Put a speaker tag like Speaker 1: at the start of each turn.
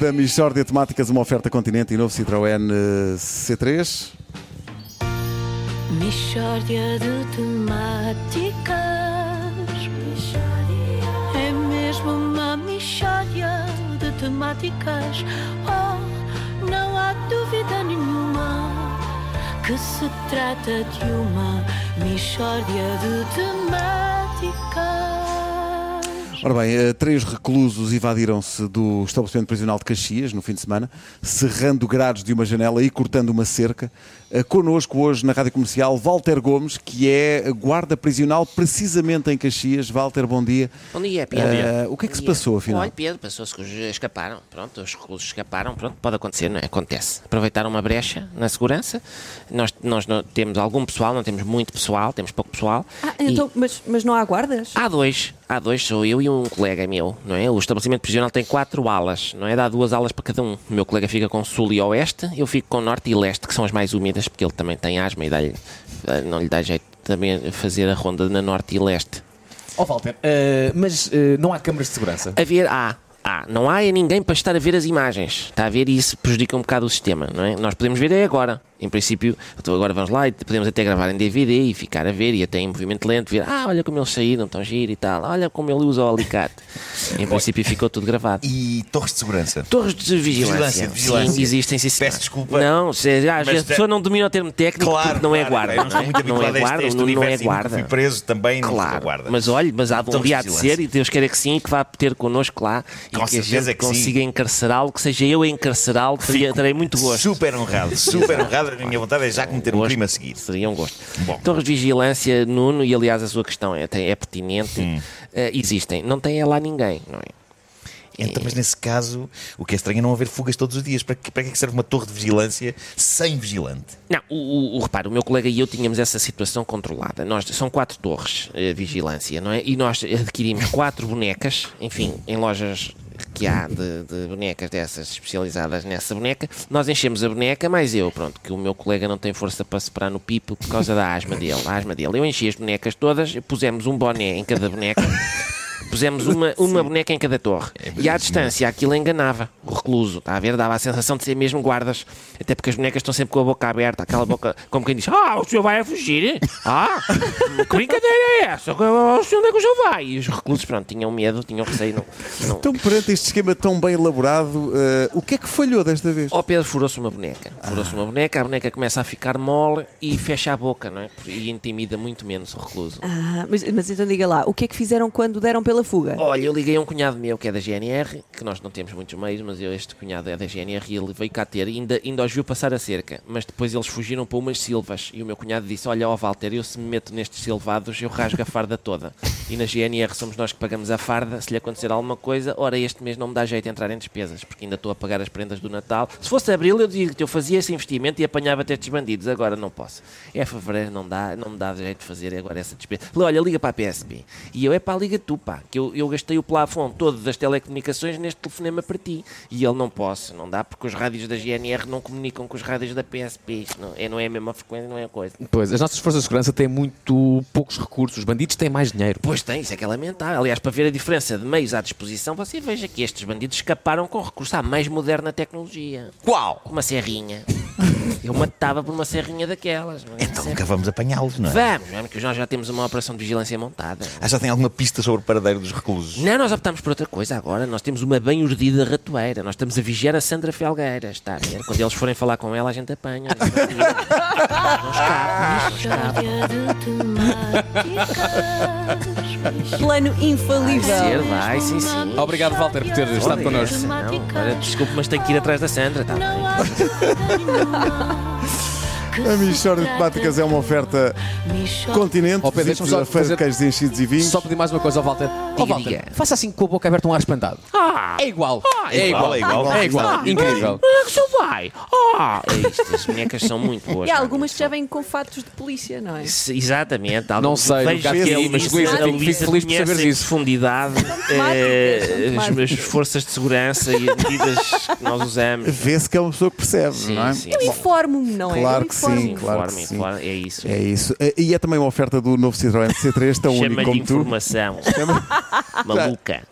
Speaker 1: Da Michórdia Temáticas, uma oferta continente e novo Citroën eh, C3.
Speaker 2: Mishória de temáticas. É mesmo uma mishória de temáticas. Oh, não há dúvida nenhuma que se trata de uma mishória de temáticas.
Speaker 1: Ora bem, eh, três reclusos invadiram-se do estabelecimento prisional de Caxias no fim de semana, serrando grades de uma janela e cortando uma cerca. Eh, Connosco hoje na Rádio Comercial, Walter Gomes, que é guarda prisional precisamente em Caxias. Walter, bom dia.
Speaker 3: Bom dia, Pedro.
Speaker 1: Eh, o que é que se passou, afinal?
Speaker 3: Olha, Pedro, passou-se que os escaparam. Pronto, os reclusos escaparam. Pronto, pode acontecer, não é? Acontece. Aproveitaram uma brecha na segurança. Nós, nós não temos algum pessoal, não temos muito pessoal, temos pouco pessoal.
Speaker 4: Ah,
Speaker 3: E
Speaker 4: então, mas, mas não há guardas?
Speaker 3: Há dois, há dois, sou eu e um colega meu, não é? O estabelecimento prisional tem quatro alas, não é? Dá duas alas para cada um. O meu colega fica com sul e oeste, eu fico com norte e leste, que são as mais úmidas, porque ele também tem asma e dá-lhe- eh, não lhe dá jeito também fazer a ronda na norte e leste.
Speaker 5: Ó Walter, eh, mas eh, não há câmaras de segurança.
Speaker 3: A ver, há. Há. Não há é ninguém para estar a ver as imagens. Está a ver e isso prejudica um bocado o sistema, não é? Nós podemos ver é agora. Em princípio, então agora vamos lá e podemos até gravar em DVD e ficar a ver e até em movimento lento, ver, ah, olha como eles saíram, estão giro e tal, olha como ele usa o alicate. em princípio ficou tudo gravado.
Speaker 6: e torres de segurança.
Speaker 3: Torres de vigilância.
Speaker 6: Vigilância, vigilância.
Speaker 3: Sim, existem, sim, senhor.
Speaker 6: Peço desculpa.
Speaker 3: Não, se, às
Speaker 6: Mas
Speaker 3: vezes a
Speaker 6: te-
Speaker 3: pessoa não domina o termo técnico
Speaker 6: Claro,
Speaker 3: porque não é
Speaker 6: claro,
Speaker 3: guarda.
Speaker 6: Eu não estou muito
Speaker 3: não é
Speaker 6: habituado a
Speaker 3: guarda,
Speaker 6: este, este
Speaker 3: não, não é
Speaker 6: universo e nunca
Speaker 3: guarda.
Speaker 6: Fui preso também, não sou
Speaker 3: Claro,
Speaker 6: guarda.
Speaker 3: mas olhe, mas há de um
Speaker 6: Torres
Speaker 3: dia há de
Speaker 6: vigilância.
Speaker 3: ser e Deus queira que sim, que vá ter connosco lá e
Speaker 6: Com
Speaker 3: que a
Speaker 6: certeza
Speaker 3: gente
Speaker 6: que sim.
Speaker 3: consiga encarcerá-lo, que seja eu a encarcerá-lo, teria- terei muito gosto.
Speaker 6: Super honrado, super honrado. A minha vontade é já cometer um
Speaker 3: Gosto.
Speaker 6: crime a seguir.
Speaker 3: Seria um gosto.
Speaker 6: Bom.
Speaker 3: Torres de vigilância, Nuno, e aliás a sua questão é, até é pertinente, eh, existem. Não tem é lá ninguém, não é?
Speaker 6: Então, mas nesse caso, o que é estranho é não haver fugas todos os dias. Para que, para que é que serve uma torre de vigilância sem vigilante?
Speaker 3: Não, o, o, o- repara, o meu colega e eu tínhamos essa situação controlada. Nós, são quatro torres eh, de vigilância, não é? E nós adquirimos quatro bonecas, enfim, em lojas que há de, de bonecas dessas especializadas nessa boneca. Nós enchemos a boneca, mas eu, pronto, que o meu colega não tem força para separar no pipo por causa da asma dele. A asma dele. Eu enchi as bonecas todas, pusemos um boné em cada boneca. Pusemos uma, uma boneca em cada torre. e à distância, aquilo enganava o recluso. Está a ver? Dava a sensação de ser mesmo guardas. Até porque as bonecas estão sempre com a boca aberta, aquela boca, como quem diz: Ah, o senhor vai a fugir? Ah, que brincadeira é essa? O senhor, onde é que o senhor vai? E os reclusos, pronto, tinham medo, tinham receio. Não, não.
Speaker 1: Então, perante este esquema tão bem elaborado, eh, o que é que falhou desta vez?
Speaker 3: Ó Pedro, furou-se uma boneca. Furou-se uma boneca, a boneca começa a ficar mole e fecha a boca, não é? E intimida muito menos o recluso.
Speaker 4: Ah, mas, mas então diga lá, o que é que fizeram quando deram pela fuga?
Speaker 3: Olha, eu liguei a um cunhado meu que é da GNR, que nós não temos muitos meios, mas eu, este cunhado é da GNR e ele veio cá ter e ainda, ainda os viu passar a cerca. Mas depois eles fugiram para umas silvas e o meu cunhado disse: Olha, ó Walter, eu se me meto nestes silvados, eu rasgo a farda toda. E na GNR somos nós que pagamos a farda. Se lhe acontecer alguma coisa, ora, este mês não me dá jeito de entrar em despesas, porque ainda estou a pagar as prendas do Natal. Se fosse abril, eu digo que eu fazia esse investimento e apanhava-te estes bandidos. Agora não posso. É fevereiro, não dá, não me dá jeito de fazer agora essa despesa. Falei, Olha, liga para a PSP. E eu, é para liga tu, pá, que eu, eu gastei o plafond todo das telecomunicações neste telefonema para ti. E ele não posso, não dá, porque os rádios da GNR não comunicam com os rádios da PSP. Isto não é, não é a mesma frequência, não é a coisa.
Speaker 5: Pois, as nossas forças de segurança têm muito poucos recursos, os bandidos têm mais dinheiro.
Speaker 3: Pois tem, isso é que é lamentável. Aliás, para ver a diferença de meios à disposição, você veja que estes bandidos escaparam com recurso à mais moderna tecnologia.
Speaker 6: Qual?
Speaker 3: Uma serrinha. Eu matava por uma serrinha daquelas. não é?
Speaker 6: Então nunca vamos apanhá-los, não é?
Speaker 3: Vamos, vamos, que nós já temos uma operação de vigilância montada.
Speaker 6: Ah, já tem alguma pista sobre o paradeiro dos reclusos?
Speaker 3: Não, nós optámos por outra coisa agora. Nós temos uma bem urdida ratoeira. Nós estamos a vigiar a Sandra Felgueira, está a ver? Quando eles forem falar com ela, a gente apanha. Não escapa.
Speaker 2: Mishória de temáticas.
Speaker 4: Plano
Speaker 3: Vai ser,
Speaker 4: infalível.
Speaker 3: vai, sim, sim.
Speaker 5: Obrigado, Walter, por ter estado
Speaker 2: Obrigado.
Speaker 5: connosco.
Speaker 3: Não, olha, desculpe, mas tenho que ir atrás da Sandra, está bem?
Speaker 2: Não há dúvida nenhuma que
Speaker 1: A
Speaker 2: se
Speaker 1: Michórdia de
Speaker 2: trata
Speaker 1: Temáticas é uma oferta
Speaker 2: Michórdia-
Speaker 1: continente,
Speaker 5: Ó, Pedro,
Speaker 1: visite
Speaker 5: deixa-me só
Speaker 1: a feira de
Speaker 5: fazer-
Speaker 1: queijos enchidos e vinhos.
Speaker 5: Só pedir mais uma coisa ao Walter. Ó
Speaker 3: Diga,
Speaker 5: Walter,
Speaker 3: diga.
Speaker 5: faça assim com a boca aberta um ar espantado.
Speaker 3: Ah!
Speaker 5: É igual.
Speaker 6: é igual,
Speaker 5: É
Speaker 6: é
Speaker 5: igual.
Speaker 6: igual.
Speaker 5: Incrível.
Speaker 3: Onde é que o senhor vai? Ah! É isto, as bonecas são muito boas.
Speaker 4: E há
Speaker 3: realmente.
Speaker 4: algumas que já vêm com fatos de polícia, não é?
Speaker 3: Se- Exatamente. um
Speaker 5: Não sei,
Speaker 3: Vejo
Speaker 5: nunca
Speaker 3: que
Speaker 1: adquiri, mas
Speaker 3: a Luísa-
Speaker 5: Luísa,
Speaker 3: a
Speaker 5: fico- fico
Speaker 3: Luísa
Speaker 5: feliz por
Speaker 3: conhece
Speaker 5: saber
Speaker 3: em
Speaker 5: disso.
Speaker 3: profundidade
Speaker 4: temáticas, são
Speaker 3: eh, as,
Speaker 4: temáticas.
Speaker 3: as forças de segurança e as medidas que nós usamos.
Speaker 1: Vê-se que é uma pessoa que percebe, não é?
Speaker 4: Eu informo-me, não é? Eu
Speaker 1: Claro que sim,
Speaker 4: informo-me.
Speaker 1: claro. que
Speaker 3: Informe,
Speaker 1: sim.
Speaker 3: informe, É isso.
Speaker 1: É isso. E é também uma oferta do novo Citroën C3, tão único
Speaker 3: Chama-lhe
Speaker 1: como tu.
Speaker 3: informação. Maluca.